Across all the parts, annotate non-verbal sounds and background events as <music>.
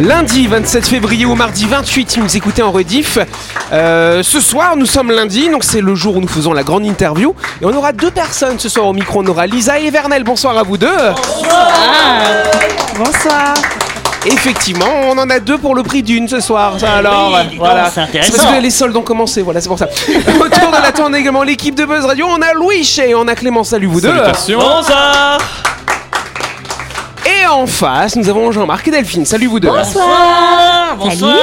Lundi 27 février ou mardi 28, si vous nous écoutez en rediff. Euh, ce soir, nous sommes lundi, donc c'est le jour où nous faisons la grande interview. Et on aura deux personnes ce soir au micro. On aura Lisa et Vernel. Bonsoir à vous deux. Bonsoir. Effectivement, on en a deux pour le prix d'une ce soir. Ça, alors, oui, dis donc, voilà. c'est intéressant. parce que les soldes ont commencé, voilà, c'est pour ça. <laughs> Autour de la tournée également, l'équipe de Buzz Radio, on a Louis et on a Clément. Salut vous deux. Bonsoir Et en face, nous avons Jean-Marc et Delphine. Salut vous deux. Bonsoir Bonsoir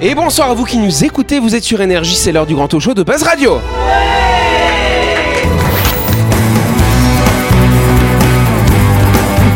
Et bonsoir à vous qui nous écoutez, vous êtes sur Énergie, c'est l'heure du grand talk show de Buzz Radio.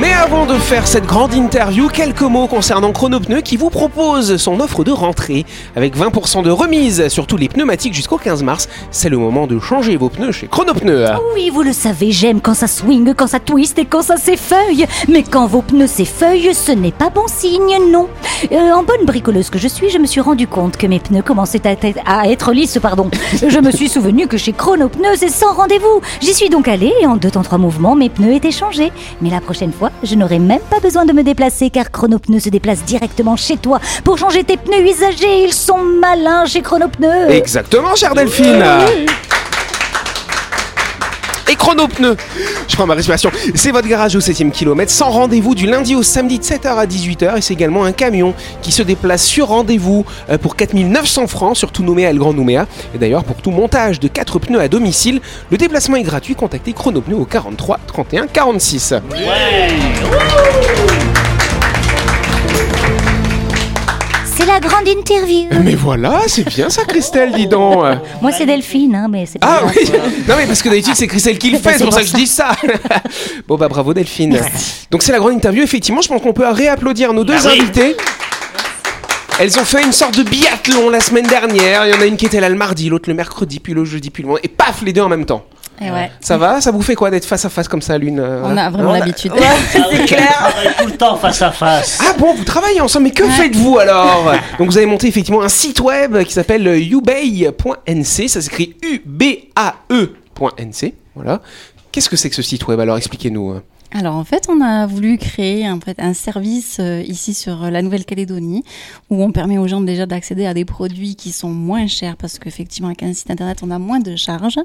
Mais avant de faire cette grande interview, quelques mots concernant Chronopneu qui vous propose son offre de rentrée avec 20% de remise sur tous les pneumatiques jusqu'au 15 mars. C'est le moment de changer vos pneus chez Chronopneu. Oui, vous le savez, j'aime quand ça swing, quand ça twist et quand ça s'effeuille. Mais quand vos pneus s'effeuillent, ce n'est pas bon signe, non. Euh, en bonne bricoleuse que je suis, je me suis rendu compte que mes pneus commençaient à, être- à être lisses, pardon. Je me suis souvenu que chez Chrono Pneus, c'est sans rendez-vous. J'y suis donc allée et en deux temps trois mouvements, mes pneus étaient changés. Mais la prochaine fois, je n'aurai même pas besoin de me déplacer car Chrono Pneus se déplace directement chez toi pour changer tes pneus usagés. Ils sont malins chez Chrono Pneus. Exactement, chère Delphine. Et Chronopneu, je prends ma respiration, c'est votre garage au 7ème kilomètre, sans rendez-vous du lundi au samedi de 7h à 18h. Et c'est également un camion qui se déplace sur rendez-vous euh, pour 4900 francs sur tout Nouméa et le Grand Nouméa. Et d'ailleurs, pour tout montage de 4 pneus à domicile, le déplacement est gratuit. Contactez Chronopneu au 43 31 46. C'est la grande interview. Mais voilà, c'est bien ça, Christelle, dis donc. Moi, c'est Delphine, hein, mais c'est pas Ah grave. oui Non mais parce que d'habitude c'est Christelle <laughs> qui le fait, c'est pour ça que je dis ça Bon bah bravo Delphine Donc c'est la grande interview, effectivement je pense qu'on peut réapplaudir nos deux invités elles ont fait une sorte de biathlon la semaine dernière. Il y en a une qui était là le mardi, l'autre le mercredi, puis le jeudi, puis le vendredi. Et paf, les deux en même temps. Et ouais, Ça va Ça vous fait quoi d'être face à face comme ça l'une euh, on a vraiment hein l'habitude. C'est clair tout le temps face à face. Ah bon, vous travaillez ensemble, mais que faites-vous alors <laughs> Donc vous avez monté effectivement un site web qui s'appelle euh, ubay.nc, ça s'écrit E U-B-A-E.nc, voilà. Qu'est-ce que c'est que ce site web alors Expliquez-nous. Alors en fait, on a voulu créer un, prêt- un service euh, ici sur euh, la Nouvelle-Calédonie où on permet aux gens déjà d'accéder à des produits qui sont moins chers parce qu'effectivement avec un site internet, on a moins de charges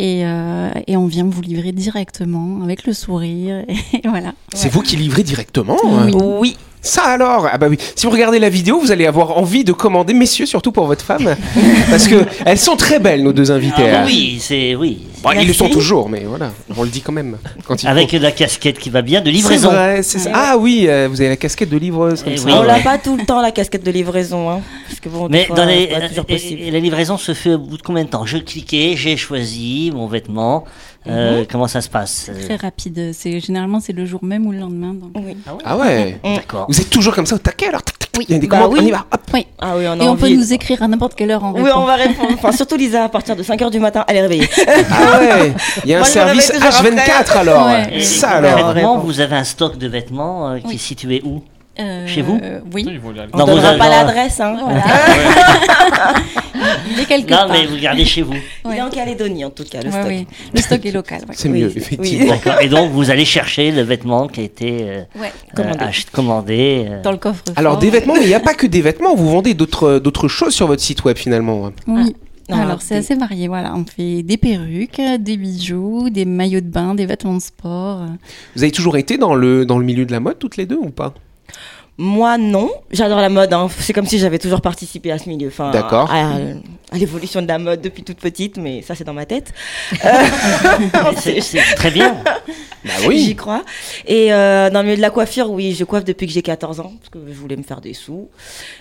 et, euh, et on vient vous livrer directement avec le sourire <laughs> et voilà. C'est vous qui livrez directement hein Oui. Ça alors Ah bah oui. Si vous regardez la vidéo, vous allez avoir envie de commander, messieurs, surtout pour votre <laughs> femme, parce que elles sont très belles nos deux invités. Ah hein. oui, c'est oui. Bon, ils le sont Merci. toujours, mais voilà, on le dit quand même. Quand il Avec faut. la casquette qui va bien de C'est livraison. vrai, c'est ça. Ah oui, euh, vous avez la casquette de livreuse comme Eh ça. oui. On Ouais. l'a pas tout le temps la casquette de livraison, hein. Parce que bon, des Mais fois, dans c'est les, pas toujours et- et- possible. et la livraison se fait au bout de combien de temps Je cliquais, j'ai choisi mon vêtement. Euh, Comment ça se passe Euh, Très rapide. C'est généralement c'est le jour même ou le lendemain. donc. Oui. Ah ouais. D'accord. Vous êtes toujours comme ça au taquet alors tac, tac, tac. Oui. Il y a des Bah commandes, oui. on y va. Hop. Oui. Ah oui, on a Et on peut envie. nous écrire à n'importe quelle heure. On Oui, répond. on va répondre. Enfin, surtout Lisa, à partir de 5h du matin, elle est réveillée. Ah ouais, il y a un Moi, je me service réveille toujours H24 alors. Ouais. Et Ça les alors. vêtements, Répond. vous avez un stock de vêtements euh, qui est situé où Euh, Chez vous Oui. On Dans vos donnera pas agendas. l'adresse, hein. <laughs> Voilà. Il est quelque Non, part. mais vous gardez chez vous. Il Ouais. est en Calédonie, en tout cas, le Ouais, stock. oui. Le stock est local. ouais. C'est Oui, mieux, oui. effectivement. D'accord. Et donc, vous allez chercher le vêtement qui a été euh, Ouais. euh, ach- commandé. euh. Dans le coffre. Alors des vêtements, mais il n'y a pas que des vêtements, vous vendez d'autres euh, d'autres choses sur votre site web finalement. Oui. Ah, Alors c'est des- assez varié. Voilà, on fait des perruques, des bijoux, des maillots de bain, des vêtements de sport. Vous avez toujours été dans le, dans le milieu de la mode toutes les deux ou pas Moi, non. J'adore la mode, hein. C'est comme si j'avais toujours participé à ce milieu. Enfin, D'accord. À, à l'évolution de la mode depuis toute petite, mais ça, c'est dans ma <laughs> tête. Euh, <laughs> Et c'est- C'est très bien. Bah <laughs> J'y crois. Et euh, dans le milieu de la coiffure, oui, je coiffe depuis que j'ai 14 ans, parce que je voulais me faire des sous.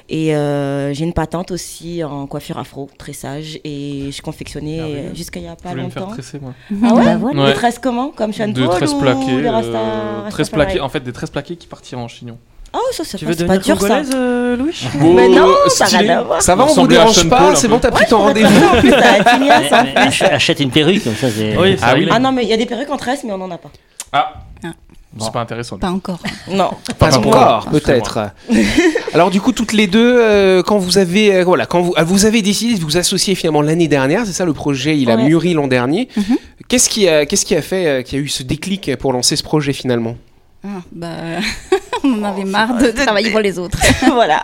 Et euh, j'ai une patente aussi en coiffure afro, tressage. Et je confectionnais Ah euh, jusqu'à il n'y a Je pas voulais me faire longtemps. tresser moi. Ah <laughs> Bah voilà. Ouais. Des tresses comment Comme Sean De Paul tresses ou plaquées. les rasta- euh, tresses Rastafari <laughs> plaquées. En fait, des tresses plaquées qui partiraient en chignon. Oh, ça, ça Tu veux passe pas devenir dur, ça. congolaise, euh, Louis Mais non, ça a stylé. rien à voir. Ça va, on vous Ressembler à dérange Sean Paul, pas, un c'est peu. bon, t'as pris ton rendez-vous. En plus, t'as- t'as mis un, Mais- <laughs> <laughs> ça. mais ach- Achète une perruque, comme ça, c'est. Oui, c'est Ah oui. réglé. Ah non, mais il y a des perruques en tresse, mais on en a pas. Ah, Bon. c'est pas intéressant. Pas encore. Non. <laughs> Pas Pas pour encore, moi. peut-être. Alors du coup, toutes les deux, euh, quand vous avez, euh, voilà, quand vous, ah, vous avez décidé de vous associer finalement l'année dernière, c'est ça le projet, il a Ouais. mûri l'an dernier. Mhm. Qu'est-ce qui a, qu'est-ce qui a fait, euh, qu'il y a eu ce déclic pour lancer ce projet finalement Ah, bah, <laughs> on en avait marre de travailler pour les autres. voilà.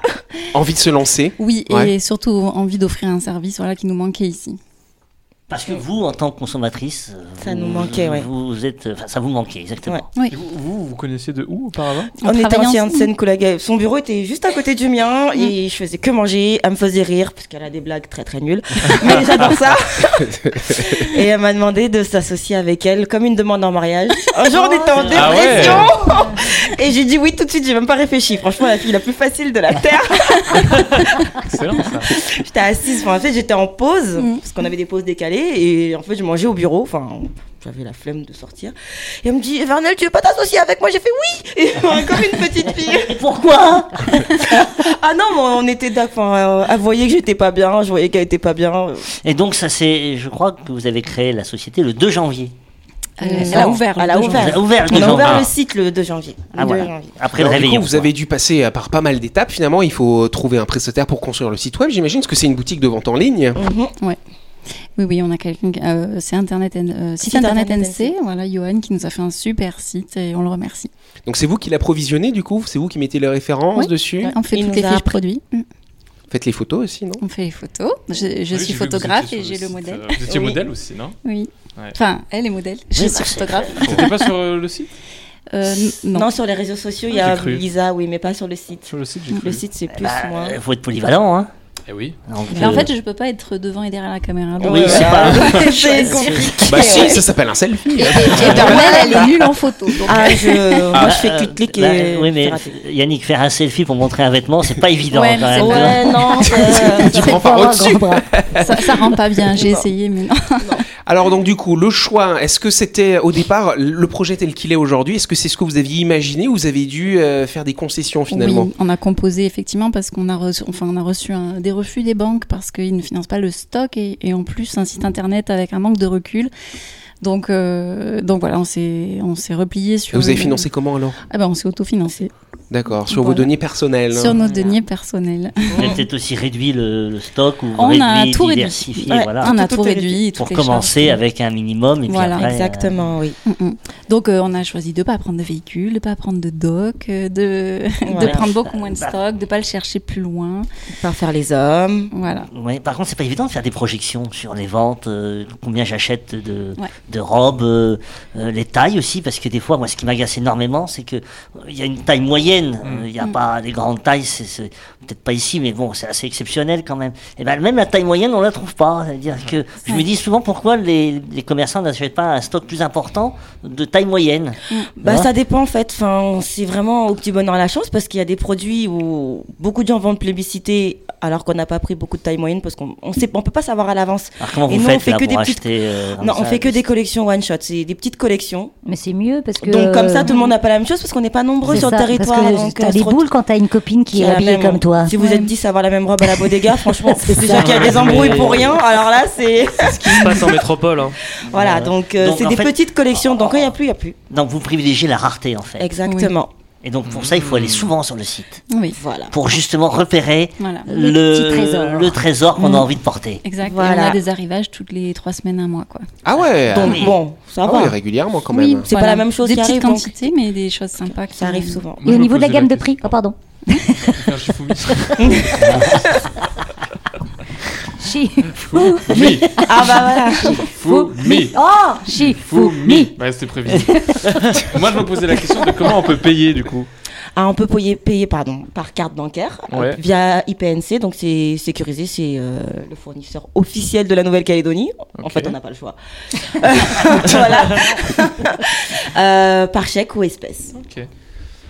Envie de se lancer Oui, Ouais. et surtout envie d'offrir un service voilà, qui nous manquait ici. Parce que vous, en tant que consommatrice, Ça vous- nous manquait, ouais. Vous êtes, enfin, ça vous manquait, exactement. Ouais. Oui. Vous, vous, vous connaissiez de où auparavant On était travaillant anciens de ensemble. scène collègue. euh, Son bureau était juste à côté du mien et je faisais que manger. Elle me faisait rire parce qu'elle a des blagues très très nulles. <laughs> Mais j'adore ça. Et elle m'a demandé de s'associer avec elle comme une demande en mariage. Un jour, on était en Ah ouais. dépression. <laughs> Et j'ai dit oui tout de suite. J'ai même pas réfléchi. Franchement, la fille la plus facile de la terre. Excellent ça. J'étais assise, enfin, en fait j'étais en pause, parce qu'on avait des pauses décalées, et en fait je mangeais au bureau, enfin j'avais la flemme de sortir. Et elle me dit, Vernel, tu veux pas t'associer avec moi J'ai fait oui Et <laughs> enfin, comme une petite fille. Pourquoi <laughs> Ah non, mais on était d'accord, enfin, euh, elle voyait que j'étais pas bien, je voyais qu'elle était pas bien. euh. Et donc, ça, c'est. Je crois que vous avez créé la société le 2 janvier. Elle, elle Euh, a Non, ouvert. le elle a deux Ah, ouvert. janvier. Vous avez ouvert le 2 On a janvier. ouvert Ah. le site le 2 janvier. Ah, Le 2 voilà. janvier. Après Alors, le du réveillon. coup, vous quoi. avez dû passer euh, par pas mal d'étapes finalement. Il faut trouver un prestataire pour construire le site web, j'imagine, parce que c'est une boutique de vente en ligne. Mhm. Oui, oui, on a quelqu'un. qui- euh, c'est Internet, N- euh, site, Site Internet, Internet NC. Voilà, Johan qui nous a fait un super site et on le remercie. Donc c'est vous qui l'approvisionné du coup, c'est vous qui mettez les références Ouais. dessus, On fait Il toutes nous les a fiches appris. produits. Mm. faites les photos aussi, <laughs> non On fait les photos. Je, je suis Oui, j'ai vu que vous photographe étiez et sur j'ai le site, modèle. euh, Vous étiez Oui. modèle aussi, <laughs> non Oui. Ouais. Enfin, elle est modèle. Je Oui, suis bah, c'est- photographe. T'étais pas sur euh, le site Euh, n- Non. non. sur les réseaux sociaux, il y a J'ai cru. Lisa, oui, mais pas sur le site. Sur le site, j'ai cru. Le site, c'est plus Bah, moi. faut être polyvalent, hein. Eh oui. Donc, Mais en euh, fait, je peux pas être devant et derrière la caméra. donc- Oui, Ouais, c'est voilà. pas- <laughs> C'est compliqué. Bah si, ça s'appelle un selfie. <laughs> Et Dormel, elle est nulle en photo. donc- Ah, je... moi, bah, je fais euh, clic-clic bah, et. oui, mais c'est raté. Yannick, faire un selfie pour montrer un vêtement, c'est pas évident Ouais, quand mais même. c'est hein. <laughs> Ouais, non, euh, c'est- tu C'est prends pour par avoir au-dessus. grand bras. Ah, ça, ça rend pas bien. J'ai essayé, mais non. Alors donc du coup, le choix, est-ce que c'était au départ le projet tel qu'il est aujourd'hui Est-ce que c'est ce que vous aviez imaginé ou vous avez dû euh, faire des concessions finalement Oui, on a composé effectivement parce qu'on a reçu, enfin, on a reçu un- des refus des banques parce qu'ils ne financent pas le stock et, et en plus un site internet avec un manque de recul. Donc, euh, donc voilà, on s'est, on s'est replié Et sur. Vous avez une- financé comment alors Ah ben, on s'est autofinancé D'accord, sur vos Voilà. deniers personnels. sur nos Voilà. deniers personnels. Vous avez peut-être aussi réduit le, le stock ou On réduit, a tout réduit. diversifié, Ouais. voilà. on a tout tout, est réduit, Pour toutes les commencer charges. avec un minimum et puis Voilà, après, euh, Exactement, oui. Mm, mm. Donc euh, on a choisi de pas prendre de véhicule, de pas prendre de doc, euh, de <laughs> de Voilà. prendre beaucoup moins de Bah. stock, de pas le chercher plus loin. Par faire les hommes. Voilà. Ouais, par contre, c'est pas évident de faire des projections sur les ventes, euh, combien j'achète de, Ouais. de robes, euh, euh, les tailles aussi, parce que des fois, moi, ce qui m'agace énormément, c'est que euh, il y a une taille moyenne, Mm. euh, il n'y a pas des grandes tailles, c'est, c'est- peut-être pas ici, mais bon, c'est assez exceptionnel quand même. Et ben, même la taille moyenne, on la trouve pas. C'est-à-dire Mm. que je me dis souvent pourquoi les, les commerçants n'achètent pas un stock plus important de taille moyenne. Bah, Hein ça dépend en fait. Enfin, c'est vraiment au petit bonheur la chance parce qu'il y a des produits où beaucoup de gens vendent plébiscité alors qu'on n'a pas pris beaucoup de taille moyenne parce qu'on on sait, on peut pas savoir à l'avance. Alors comment Et vous nous, on faites fait là, que pour des petites- acheter euh, comme Non, on ça, fait que des collections one shot. C'est des petites collections. Mais c'est mieux parce que. Donc, comme euh, ça, tout le monde n'a pas la même chose parce qu'on n'est pas nombreux c'est sur le ça, territoire. Parce que donc, t'as euh, des se re- boules quand t'as une copine qui est la habillée même. comme toi. Si vous êtes 10 à avoir la même robe à <laughs> la bodega, franchement, c'est C'est sûr ça. qu'il y a des embrouilles pour rien. Alors là, c'est. Ce qui se passe en métropole. Hein. Voilà, donc euh, Donc, c'est en des fait- oh. petites collections. Donc, quand il n'y a plus, il n'y a plus. Donc vous privilégiez la rareté en fait. Exactement. Et donc pour ça, il faut aller Mm. souvent sur le site Oui. Voilà. Euh, pour justement repérer Voilà. le, petit trésor. le trésor qu'on a Mm. envie de porter. Exact. Et on Voilà. a des arrivages toutes les trois semaines, un mois, quoi. Ah ouais Donc, oui. bon, ça Ah va. ouais, régulièrement quand Oui, même. C'est pas la même chose Des qui petites arrive, donc. quantités, mais des choses sympas. qui- Ça arrive souvent. Et au niveau de la gamme de prix. Oh, pardon. Chifou. Oui, Ah bah voilà. Fumi. Oh, Chifumi. Ouais, c'était prévisible. Moi, je me posais la question de comment on peut payer du coup. <laughs> Ah, on peut payer, payer pardon, par carte bancaire euh, Ouais. via IPNC, donc c'est sécurisé, c'est euh, le fournisseur officiel de la Nouvelle-Calédonie. En Ok. fait, on n'a pas le choix. <laughs> voilà. Euh, par chèque ou espèce. Ok.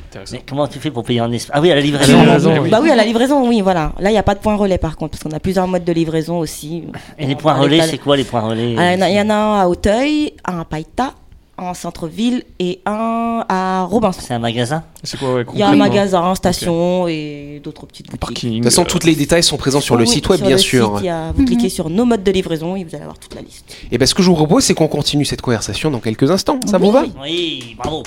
Intéressant. Mais comment tu fais pour payer en espèces Ah oui, à la Ah, livraison. mais raison, oui. Bah oui, à la livraison, oui, voilà. Là, il n'y a pas de point relais par contre, parce qu'on a plusieurs modes de livraison aussi. Ah, Et les points relais, c'est quoi les points relais Il y en a un à Auteuil, un à Païta, en centre-ville et un à Robinson. C'est un magasin C'est quoi, ouais, Il y a un concrètement magasin, station et d'autres petites boutiques. Parking. euh, De toute façon, tous les détails sont présents sur le Oui, site web, sur bien le sûr. site, il y a- Mhm. vous cliquez sur nos modes de livraison et vous allez avoir toute la liste. Et bien, ce que je vous propose, c'est qu'on continue cette conversation dans quelques instants. Ça vous va Oui, bravo.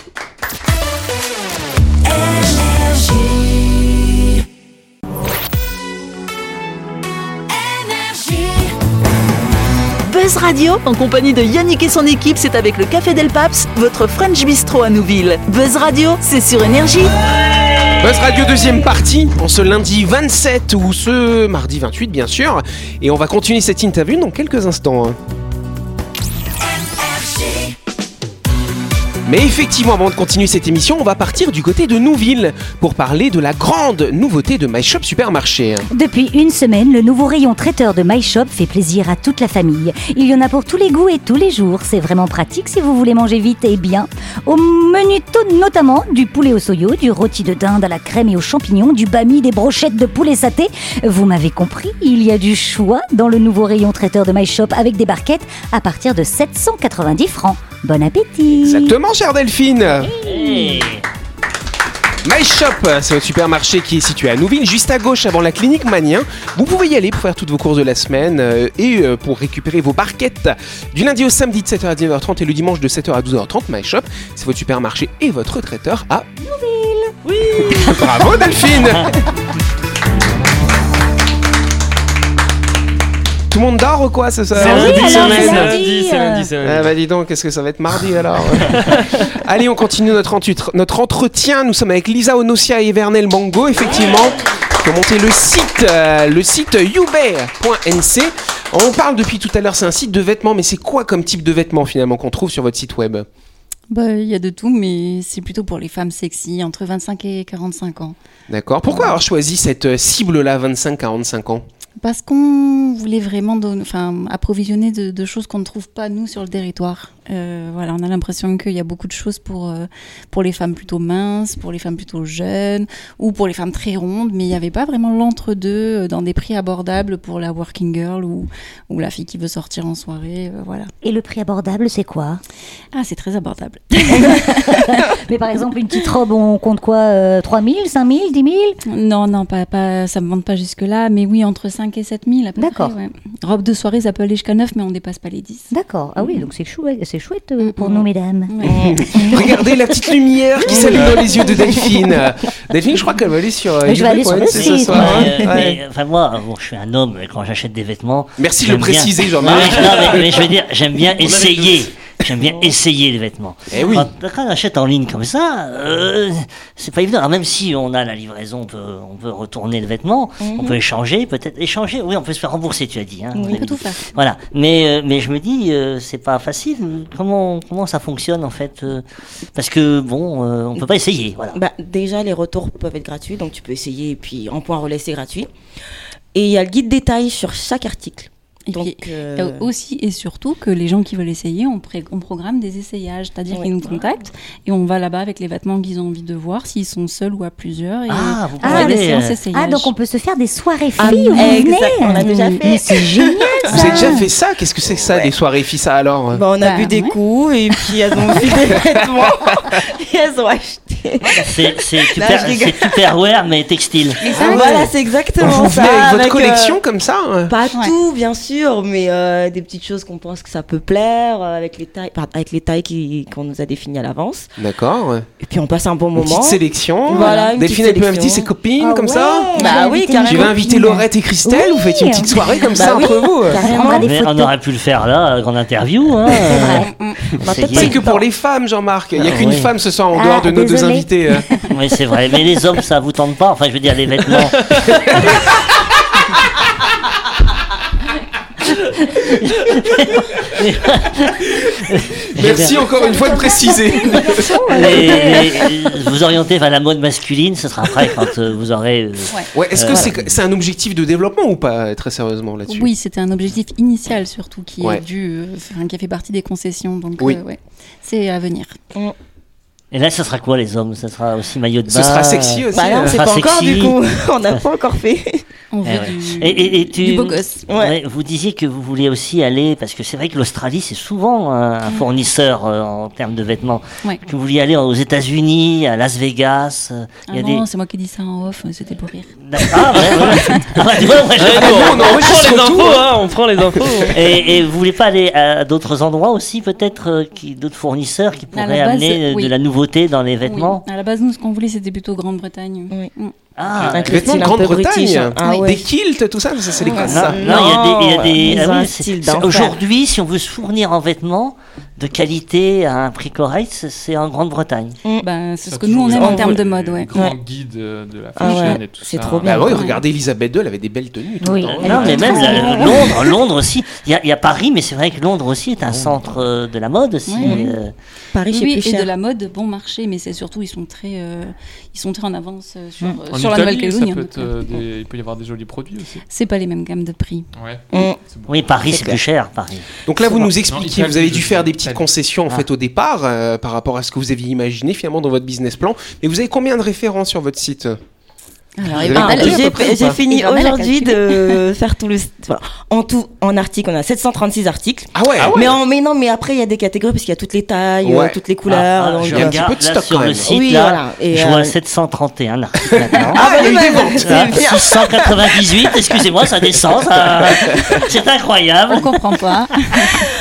Buzz Radio, en compagnie de Yannick et son équipe, c'est avec le Café Del Paps, votre French Bistro à Nouville. Buzz Radio, c'est sur Énergie. Buzz Radio deuxième partie en ce lundi 27 ou ce mardi 28 bien sûr et on va continuer cette interview dans quelques instants. hein. Mais effectivement, avant de continuer cette émission, on va partir du côté de Nouville pour parler de la grande nouveauté de My Shop Supermarché. hein. Depuis une semaine, le nouveau rayon traiteur de MyShop fait plaisir à toute la famille. Il y en a pour tous les goûts et tous les jours. C'est vraiment pratique si vous voulez manger vite et bien. Au menu tout notamment du poulet au soyo, du rôti de dinde à la crème et aux champignons, du bami, des brochettes de poulet saté. Vous m'avez compris, il y a du choix dans le nouveau rayon traiteur de MyShop avec des barquettes à partir de 790 francs. Bon appétit Exactement, chère Delphine Hey. My Shop, c'est votre supermarché qui est situé à Nouville, juste à gauche avant la clinique Manien. Vous pouvez y aller pour faire toutes vos courses de la semaine euh, et euh, pour récupérer vos barquettes. Du lundi au samedi de 7h à 19h30 et le dimanche de 7h à 12h30, My Shop, c'est votre supermarché et votre traiteur à Nouville. Oui <laughs> Bravo Delphine Tout le monde dort ou quoi ce soir C'est oui, lundi, alors, c'est c'est lundi, lundi, c'est euh. lundi, c'est ah lundi. bah dis donc, qu'est-ce que ça va être mardi alors hein. Allez, on continue notre, entutre- notre entretien. Nous sommes avec Lisa Onosia et Vernel Mango, effectivement. Il faut monter le site, euh, le site youbert.nc. On parle depuis tout à l'heure, c'est un site de vêtements, mais c'est quoi comme type de vêtements finalement qu'on trouve sur votre site web Bah, il y a de tout, mais c'est plutôt pour les femmes sexy entre 25 et 45 ans. D'accord. Pourquoi avoir choisi cette euh, cible-là, 25-45 <laughs> ans Parce qu'on voulait vraiment don- enfin, approvisionner de, de choses qu'on ne trouve pas nous sur le territoire. Euh, voilà, on a l'impression qu'il y a beaucoup de choses pour, euh, pour les femmes plutôt minces, pour les femmes plutôt jeunes ou pour les femmes très rondes, mais il n'y avait pas vraiment l'entre-deux euh, dans des prix abordables pour la working girl ou, ou la fille qui veut sortir en soirée. euh, voilà. Et le prix abordable, c'est quoi Ah, c'est très abordable. Mais par exemple, une petite robe, on compte quoi euh, 3000, 5000, 10 000 <laughs> Non, non, pas, pas, ça ne me vante pas jusque-là, mais oui, entre 5 et 7 000 à peu D'accord. près, ouais. Robe de soirée, ça peut aller jusqu'à 9, mais on dépasse pas les 10. D'accord. Ah oui, donc c'est chouette, c'est chouette euh, Mm, pour mm. nous, mesdames. <laughs> Ouais. Regardez la petite lumière qui s'allume dans les yeux de <laughs> Delphine. Delphine, je crois qu'elle va aller sur. euh, Je vais aller sur le youbert.nc ce site, soir, hein. Mais, euh, Ouais. mais, enfin, moi, bon, je suis un homme, mais quand j'achète des vêtements. Merci de j'aime le préciser, bien- Jean-Marc. Non, mais- non, <laughs> mais- mais je veux dire, j'aime bien essayer. J'aime bien essayer les vêtements. Eh oui. Quand, quand on achète en ligne comme ça, euh, c'est pas évident. Alors, même si on a la livraison, on peut, on peut retourner le vêtement, on peut échanger, peut-être échanger. Oui, on peut se faire rembourser, tu as dit. Hein, On peut tout faire. Voilà. Mais, euh, mais je me dis, euh, c'est pas facile. Comment, comment ça fonctionne en fait euh, Parce que bon, euh, on peut pas essayer. Voilà. Bah, déjà, les retours peuvent être gratuits, donc tu peux essayer et puis en point relais, c'est gratuit. Et il y a le guide détail sur chaque article. Et donc, puis, euh, Il y a aussi et surtout que les gens qui veulent essayer, on, pré- on programme des essayages, c'est-à-dire Ouais. qu'ils nous contactent et on va là-bas avec les vêtements qu'ils ont envie de voir, s'ils sont seuls ou à plusieurs. Et Ah, vous on fait prenez, des séances euh, essayages. Ah, donc on peut se faire des soirées Ah, filles, où vous exact, on a venez déjà Mais fait. c'est génial Vous ça avez déjà fait ça Qu'est-ce que c'est que ça, des soirées FISA alors Bah, on a Bah, bu des ouais. coups et puis elles ont <laughs> vu des vêtements et elles ont acheté. C'est <laughs> c'est Là, super, je rigole. c'est superware mais textile. voilà, c'est exactement Vous ça. venez avec votre avec, euh, Bah. collection comme ça hein Pas Ouais. tout, bien sûr, mais euh, des petites choses qu'on pense que ça peut plaire, euh, avec les tailles, pardon, avec les tailles qui- qu'on nous a définies à l'avance. D'accord. Et puis on passe un bon Une moment. petite sélection. Voilà, une Delphine, elle petite peut sélection. inviter ses copines Ah comme ouais. ça Je vais Bah oui, inviter carrément. mes Tu vas inviter copines. Laurette et Christelle Oui. Vous faites une petite soirée comme ça Bah oui. entre vous euh. On Carrément. prendra des Mais on photos. aurait pu le faire là, grande interview. Hein. Bah, peut-être C'est C'est gay. que pour les femmes, Jean-Marc. Il n'y a Bah Ah, qu'une oui. femme ce soir en Ah, dehors de nos deux désolé. invités. <laughs> euh. Oui, c'est vrai. Mais les hommes, ça vous tente pas. Enfin, je veux dire, les <laughs> vêtements. Merci encore une fois de <laughs> préciser. Les- les- vous orientez vers la mode masculine, ce sera après quand euh, vous aurez. euh, Ouais, Est-ce que Euh, c'est c'est un objectif de développement ou pas, très sérieusement là-dessus Oui, c'était un objectif initial surtout qui Ouais. est dû, euh, enfin, qui a fait partie des concessions. Donc, Oui. euh, ouais. c'est à venir. Et là, ce sera quoi, les hommes Ce sera aussi maillot de Ce bain sera sexy aussi. Bah euh. non, c'est Enfin, <laughs> pas encore sexy. du coup. On n'a pas encore fait. On veut Eh ouais. du- Et- et- et tu- du beau gosse. Ouais. Ouais, vous disiez que vous voulez aussi aller, parce que c'est vrai que l'Australie, c'est souvent euh, Mm. un fournisseur euh, en termes de vêtements. Ouais. Que vous vouliez aller aux États-Unis, à Las Vegas. euh, Ah il y a non, des... c'est moi qui dis ça en off, c'était pour rire. Ah, <laughs> ouais, voilà. Ah, bah, tu vois, moi, je- Ah, nous, on enregistre les tout, infos, hein. hein, on prend les infos. <laughs> et, et vous voulez pas aller à d'autres endroits aussi, peut-être, euh, qui- d'autres fournisseurs qui la pourraient base, amener euh, oui. de la nouveauté dans les vêtements Oui. À la base, nous, ce qu'on voulait, c'était plutôt Grande-Bretagne. Oh. Oui. Mm. Ah, Un Vêtements style de un peu Grande-Bretagne. british, hein. Ah Oui. ouais. Ah, Des kilts, tout ça, ça, c'est les classes. ça. Non, non, il y a des- il y a ils des. ont ah oui, un c'est- style c'est- d'enfer. Aujourd'hui, si on veut se fournir en vêtements de qualité à un prix correct, c'est- c'est en Grande-Bretagne. Ben, c'est Ça ce a que nous, toujours on aime été en termes de les mode, ouais. grands Ouais. guides euh, de la Ah fashion ouais, et tout c'est ça. trop bien. Bah oui, regardez, Elisabeth II, elle avait des belles tenues. tout le Oui, temps. elle Non, est mais très même la- belle. Londres, Londres aussi. Il y, a- il y a Paris, mais c'est vrai que Londres aussi est un centre euh, de la mode aussi. Oui. euh, Paris, c'est Oui, plus et de cher. la mode, bon marché, mais c'est surtout, ils sont très, euh, ils sont très en avance euh, sur, Hmm. Mm. euh, En sur la Italie, ça Nouvelle-Calédonie. en peut tout être, cas. euh, des- il peut y avoir des jolis produits aussi. C'est pas les mêmes gammes de prix. Ouais. Mm. C'est bon. Oui, Paris, c'est clair. plus cher, Paris. Donc là, vous nous Non, expliquez, Italie, vous avez je- dû faire des petites Italie. concessions en Ah. fait au départ euh, par rapport à ce que vous aviez imaginé finalement dans votre business plan. Mais vous avez combien de références sur votre site Alors, Vous et avez ben, Ah, compris elle- à peu près ou J'ai j'ai pas fini Ils en ont la aujourd'hui calculée. de faire tout le. Voilà. En tout, en article, on a 736 articles. Ah ouais, Mais, en- mais non, mais après, il y a des catégories parce qu'il y a toutes les tailles, Ouais. euh, toutes les couleurs. Ah, ah, donc, je un euh, petit peu de regarde là stock, quand sur le même. site, Oui, là, voilà. Et, je euh, vois 731 articles maintenant. Ah, il y a eu des bah, ventes. Ah, 698, excusez-moi, ça descend, ça... c'est incroyable. on comprend <laughs> pas.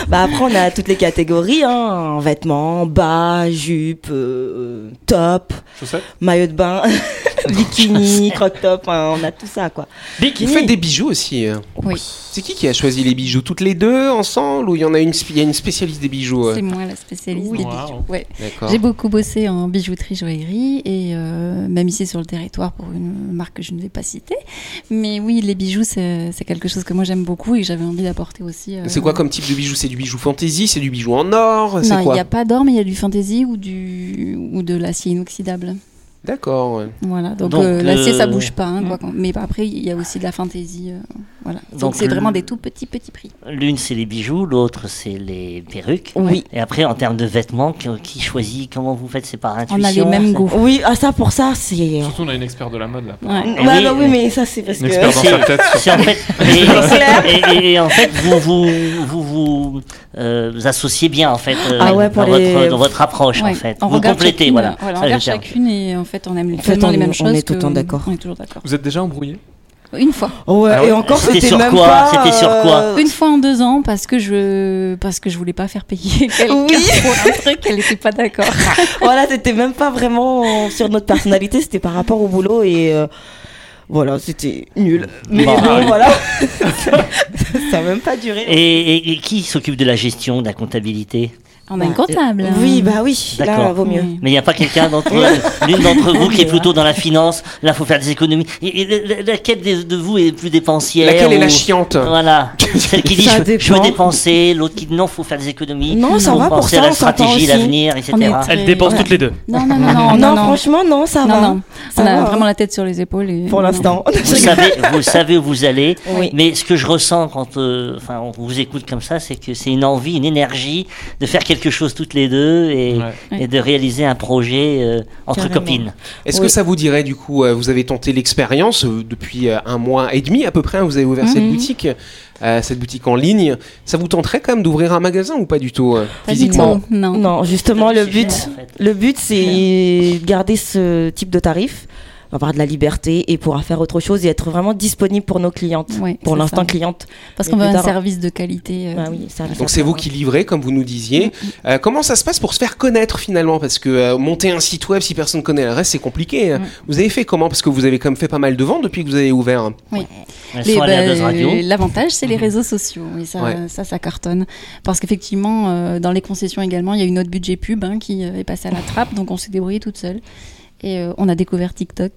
Bah après on a toutes les catégories hein, en vêtements, bas, jupe, euh, top, Chaussettes maillot de bain, <laughs> bikini, crop top, hein, on a tout ça quoi. Vous faites des bijoux aussi. hein. Oui, C'est qui qui a choisi les bijoux Toutes les deux ensemble ou il y en a une, spé- il y a une spécialiste des bijoux euh c'est moi la spécialiste Oui. des Wow. bijoux. Ouais. D'accord. J'ai beaucoup bossé en bijouterie, joaillerie et euh, même ici sur le territoire pour une marque que je ne vais pas citer. Mais oui, les bijoux, c'est c'est quelque chose que moi j'aime beaucoup et que j'avais envie d'apporter aussi. euh, C'est quoi comme type de bijoux C'est du bijou fantasy C'est du bijou en or Non, C'est il quoi n'y a pas d'or, mais il y a du fantaisie ou, du... ou de l'acier inoxydable. D'accord. ouais. Voilà, donc, Donc, euh, l'acier, ça euh, bouge pas. hein, quoi qu'on- Mais après, il y a aussi de la fantaisie. euh, voilà. Donc, Donc, c'est le- vraiment des tout petits, petits prix. L'une, c'est les bijoux, l'autre, c'est les perruques. Oui. Et après, en termes de vêtements, qui, qui choisit Comment vous faites C'est par On intuition a les mêmes c'est- goûts. Oui, ah ça pour ça c'est. Surtout, on a une experte de la mode là. Ouais. Bah oui. non, oui mais ça c'est parce Une que. experte dans C'est- sa tête. sur- C'est en fait, et, et- et en fait, vous vous, vous, vous, euh, vous associez bien en fait euh, Ah ouais, dans, pour les- votre, dans votre approche en Ouais, fait. on vous regarde complétez, chacune, voilà. on Ça, regarde j'étais- chacune et en fait, on aime fait, tellement les on- mêmes on choses. est tout le que- temps d'accord. On est toujours d'accord. <laughs> Vous êtes déjà embrouillé Une fois. <laughs> Ouais, Ah ouais, et encore c'était c'était sur même quoi pas, C'était sur euh, quoi Une fois en deux ans, parce que je, parce que je voulais pas faire payer <laughs> quelqu'un Oui. pour un truc, elle n'était pas d'accord. <laughs> Ah. voilà, c'était même pas vraiment sur notre personnalité, c'était par rapport au boulot et euh, voilà, c'était nul. Mais Bah, bon, ouais. voilà. <laughs> ça a même pas duré. Et, et- et qui s'occupe de la gestion, de la comptabilité On a une comptable. hein. Oui, bah oui, là D'accord. vaut mieux. Oui. Mais il n'y a pas quelqu'un d'entre <laughs> l'une d'entre vous qui est plutôt dans la finance. Là, faut faire des économies. Et, et la- la- laquelle des- de, vous est plus dépensière Laquelle est la ou- chiante Ah, <laughs> Voilà, celle qui dit Ça je, veux- je veux dépend. dépenser, l'autre qui dit non, faut faire des économies. Non, ça Faut va, pour penser ça, à la on s'entend stratégie, aussi. l'avenir, etc. On est très- Elles dépensent toutes les deux. Non, non, non, non, <laughs> Non, non, non. franchement, non, ça Non, va. non. Ça On va. a vraiment la tête sur les épaules. et- Pour non. l'instant. <laughs> <laughs> vous savez, vous savez où vous allez. Oui. Mais ce que je ressens quand, euh, enfin, on vous écoute comme ça, c'est que c'est une envie, une énergie de faire quelque chose toutes les deux et, Ouais. et de réaliser un projet euh, entre Carrément. copines. Est-ce que Oui. ça vous dirait du coup, euh, vous avez tenté l'expérience euh, depuis euh, un mois et demi à peu près, hein, vous avez ouvert Mhm. cette boutique, euh, cette boutique en ligne, ça vous tenterait quand même d'ouvrir un magasin ou pas du tout euh, Pas du physiquement tout, Non. Non, justement, le C'est cher, en but, fait. le but, c'est de garder ce type de tarif, avoir de la liberté et pouvoir faire autre chose et être vraiment disponible pour nos clientes. Ouais, pour c'est l'instant, ça. clientes. Parce Mais qu'on veut plus un tard- service de qualité. euh, Bah oui, ça, ça Donc c'est vous prend. <laughs> qui livrez, comme vous nous disiez. Mhm. Euh, comment ça se passe pour se faire connaître finalement Parce que euh, monter un site web, si personne connaît le reste, c'est compliqué. hein. Mhm. Vous avez fait comment Parce que vous avez quand même fait pas mal de ventes depuis que vous avez ouvert. Elles les- sont ben, allées à bah, Buzz Radio. L'avantage, c'est les réseaux sociaux. Et ça, Ouais. ça, ça cartonne. Parce qu'effectivement, euh, dans les concessions également, il y a eu notre budget pub hein, qui euh, est passé à la trappe. Donc, on s'est débrouillé toute seule. Et euh, on a découvert TikTok.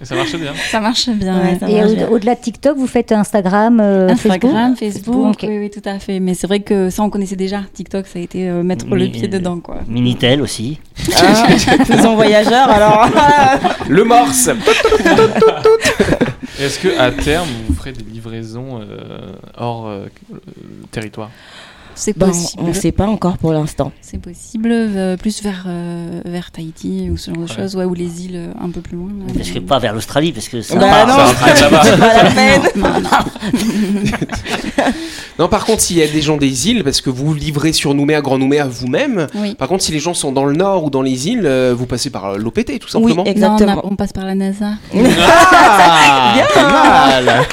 Et ça marchait bien. ça marche bien. Ouais, ouais. ça Et marche. au- au-delà de TikTok, vous faites Instagram, euh, Instagram, Facebook, Facebook, ok. oui, oui, tout à fait. Mais c'est vrai que ça, on connaissait déjà. TikTok, ça a été euh, mettre le Mais- pied dedans, quoi. Minitel aussi. Ah, faisons <laughs> voyageurs, alors. Le Morse Et Est-ce que à terme, vous ferez des livraisons euh, hors euh, euh, territoire C'est Ben, possible. on ne sait pas encore pour l'instant. C'est possible, euh, plus vers, euh, vers Tahiti ou ce genre de choses, ouais, ou les îles euh, un peu plus loin. là. Parce que pas vers l'Australie, parce que ça Bah part. non, Ça entraîne là-bas. <laughs> c'est pas la peine. Non, par contre, s'il y a des gens des îles, parce que vous livrez sur Nouméa, Grand Nouméa vous-même, Oui. par contre, si les gens sont dans le nord ou dans les îles, euh, vous passez par euh, l'OPT tout Oui, simplement. exactement. Non, on, a- on passe par la NASA. Ah, pas mal <laughs>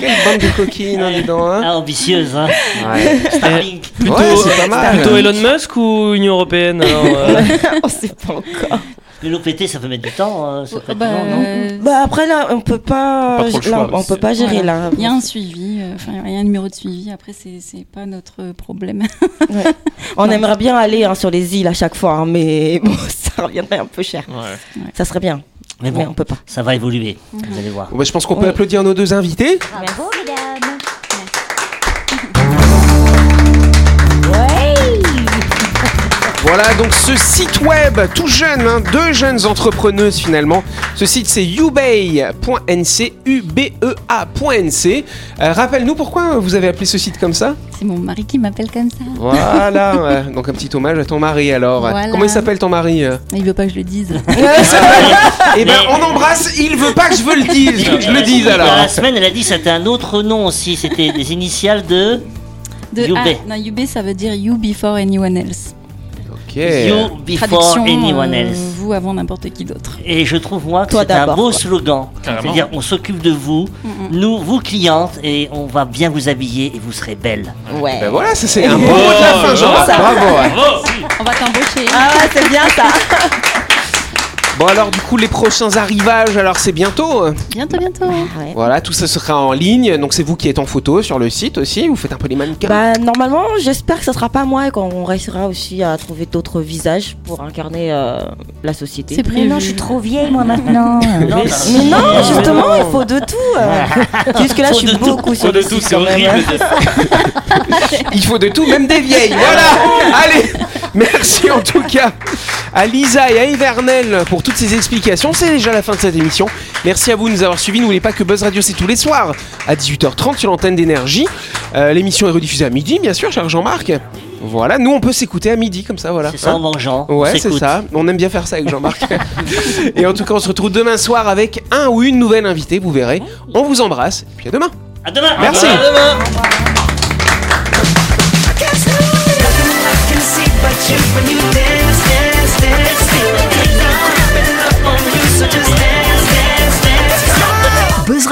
Quelle bande de coquines, hein, dis donc, hein. Ah, ambitieuse, hein. Ouais, Starlink. Ouais, c'est pas mal. Plutôt Elon Musk ou Union Européenne alors, euh, <laughs> on sait pas encore. Mais l'OPT, ça peut mettre du temps. euh, Ça peut être Bah, long, non euh, Bah après là, on peut pas, Pas trop le là, choix, on peut pas gérer voilà. là. Il y a un suivi, euh, enfin, il y a un numéro de suivi. Après, c'est c'est pas notre problème. <laughs> On Non. aimerait bien aller hein, sur les îles à chaque fois, hein, mais <laughs> bon, ça reviendrait un peu cher. Ouais. Ça serait bien, Mais mais on bon, peut pas. ça va évoluer. Vous allez voir. Bon, bah, je pense qu'on peut Oui. applaudir nos deux invités. Bravo, mesdames. Voilà donc ce site web tout jeune, hein, deux jeunes entrepreneuses finalement. Ce site c'est ubay.nc, E ubea.nc. Euh, Rappelle-nous pourquoi vous avez appelé ce site comme ça C'est mon mari qui m'appelle comme ça. Voilà, ouais. <laughs> donc un petit hommage à ton mari alors. Voilà. Comment il s'appelle ton mari euh Il veut pas que je le dise. Eh ben on embrasse, il veut pas que je veux le <laughs> dise, que je le dise Dans alors. La semaine, elle a dit que c'était un autre nom aussi. C'était des initiales de De, You ah, bet. non, you bet, ça veut dire you before anyone else. Ok. You Before Traduction, Anyone euh, Else. vous avant n'importe qui d'autre. Et je trouve moi que Toi c'est un d'abord, beau quoi. slogan. Carrément. C'est-à-dire, on s'occupe de vous, nous, vous clientes, et on va bien vous habiller et vous serez belle. Ouais. Ben voilà, ça c'est Oh. un beau mot de la fin, Jean. Bravo. ouais. Bravo On va t'embaucher. Ah ouais, c'est bien ça. Bon alors du coup les prochains arrivages, alors c'est bientôt. euh. Bientôt, bientôt. Ah Ouais. Voilà, tout ça sera en ligne. Donc c'est vous qui êtes en photo sur le site aussi. Vous faites un peu les mannequins. Bah normalement, j'espère que ça sera pas moi et qu'on réussira aussi à trouver d'autres visages pour incarner euh, la société. C'est Mais prévu. non, je suis trop vieille, moi, maintenant. Non, Mais bah, Mais non, <laughs> Mais justement, il faut de tout. <laughs> euh. Jusque là, je Faut de suis tout, beaucoup Sur sur de le tout, site c'est quand même. horrible. hein. Il faut de tout, même des vieilles. <laughs> Voilà. Allez, merci en tout cas à Lisa et à Evernel pour toutes ces explications. C'est déjà la fin de cette émission. Merci à vous de nous avoir suivis. N'oubliez pas que Buzz Radio c'est tous les soirs à 18h30 sur l'antenne d'énergie. Euh, L'émission est rediffusée à midi, bien sûr, cher Jean-Marc. Voilà, nous on peut s'écouter à midi comme ça, voilà. C'est ça Hein en mangeant. on Ouais, c'est s'écoute. ça. On aime bien faire ça avec <laughs> Jean-Marc. et en tout cas, on se retrouve demain soir avec un ou une nouvelle invitée, vous verrez. On vous embrasse, et puis à demain. À demain. Merci. À demain. Buzz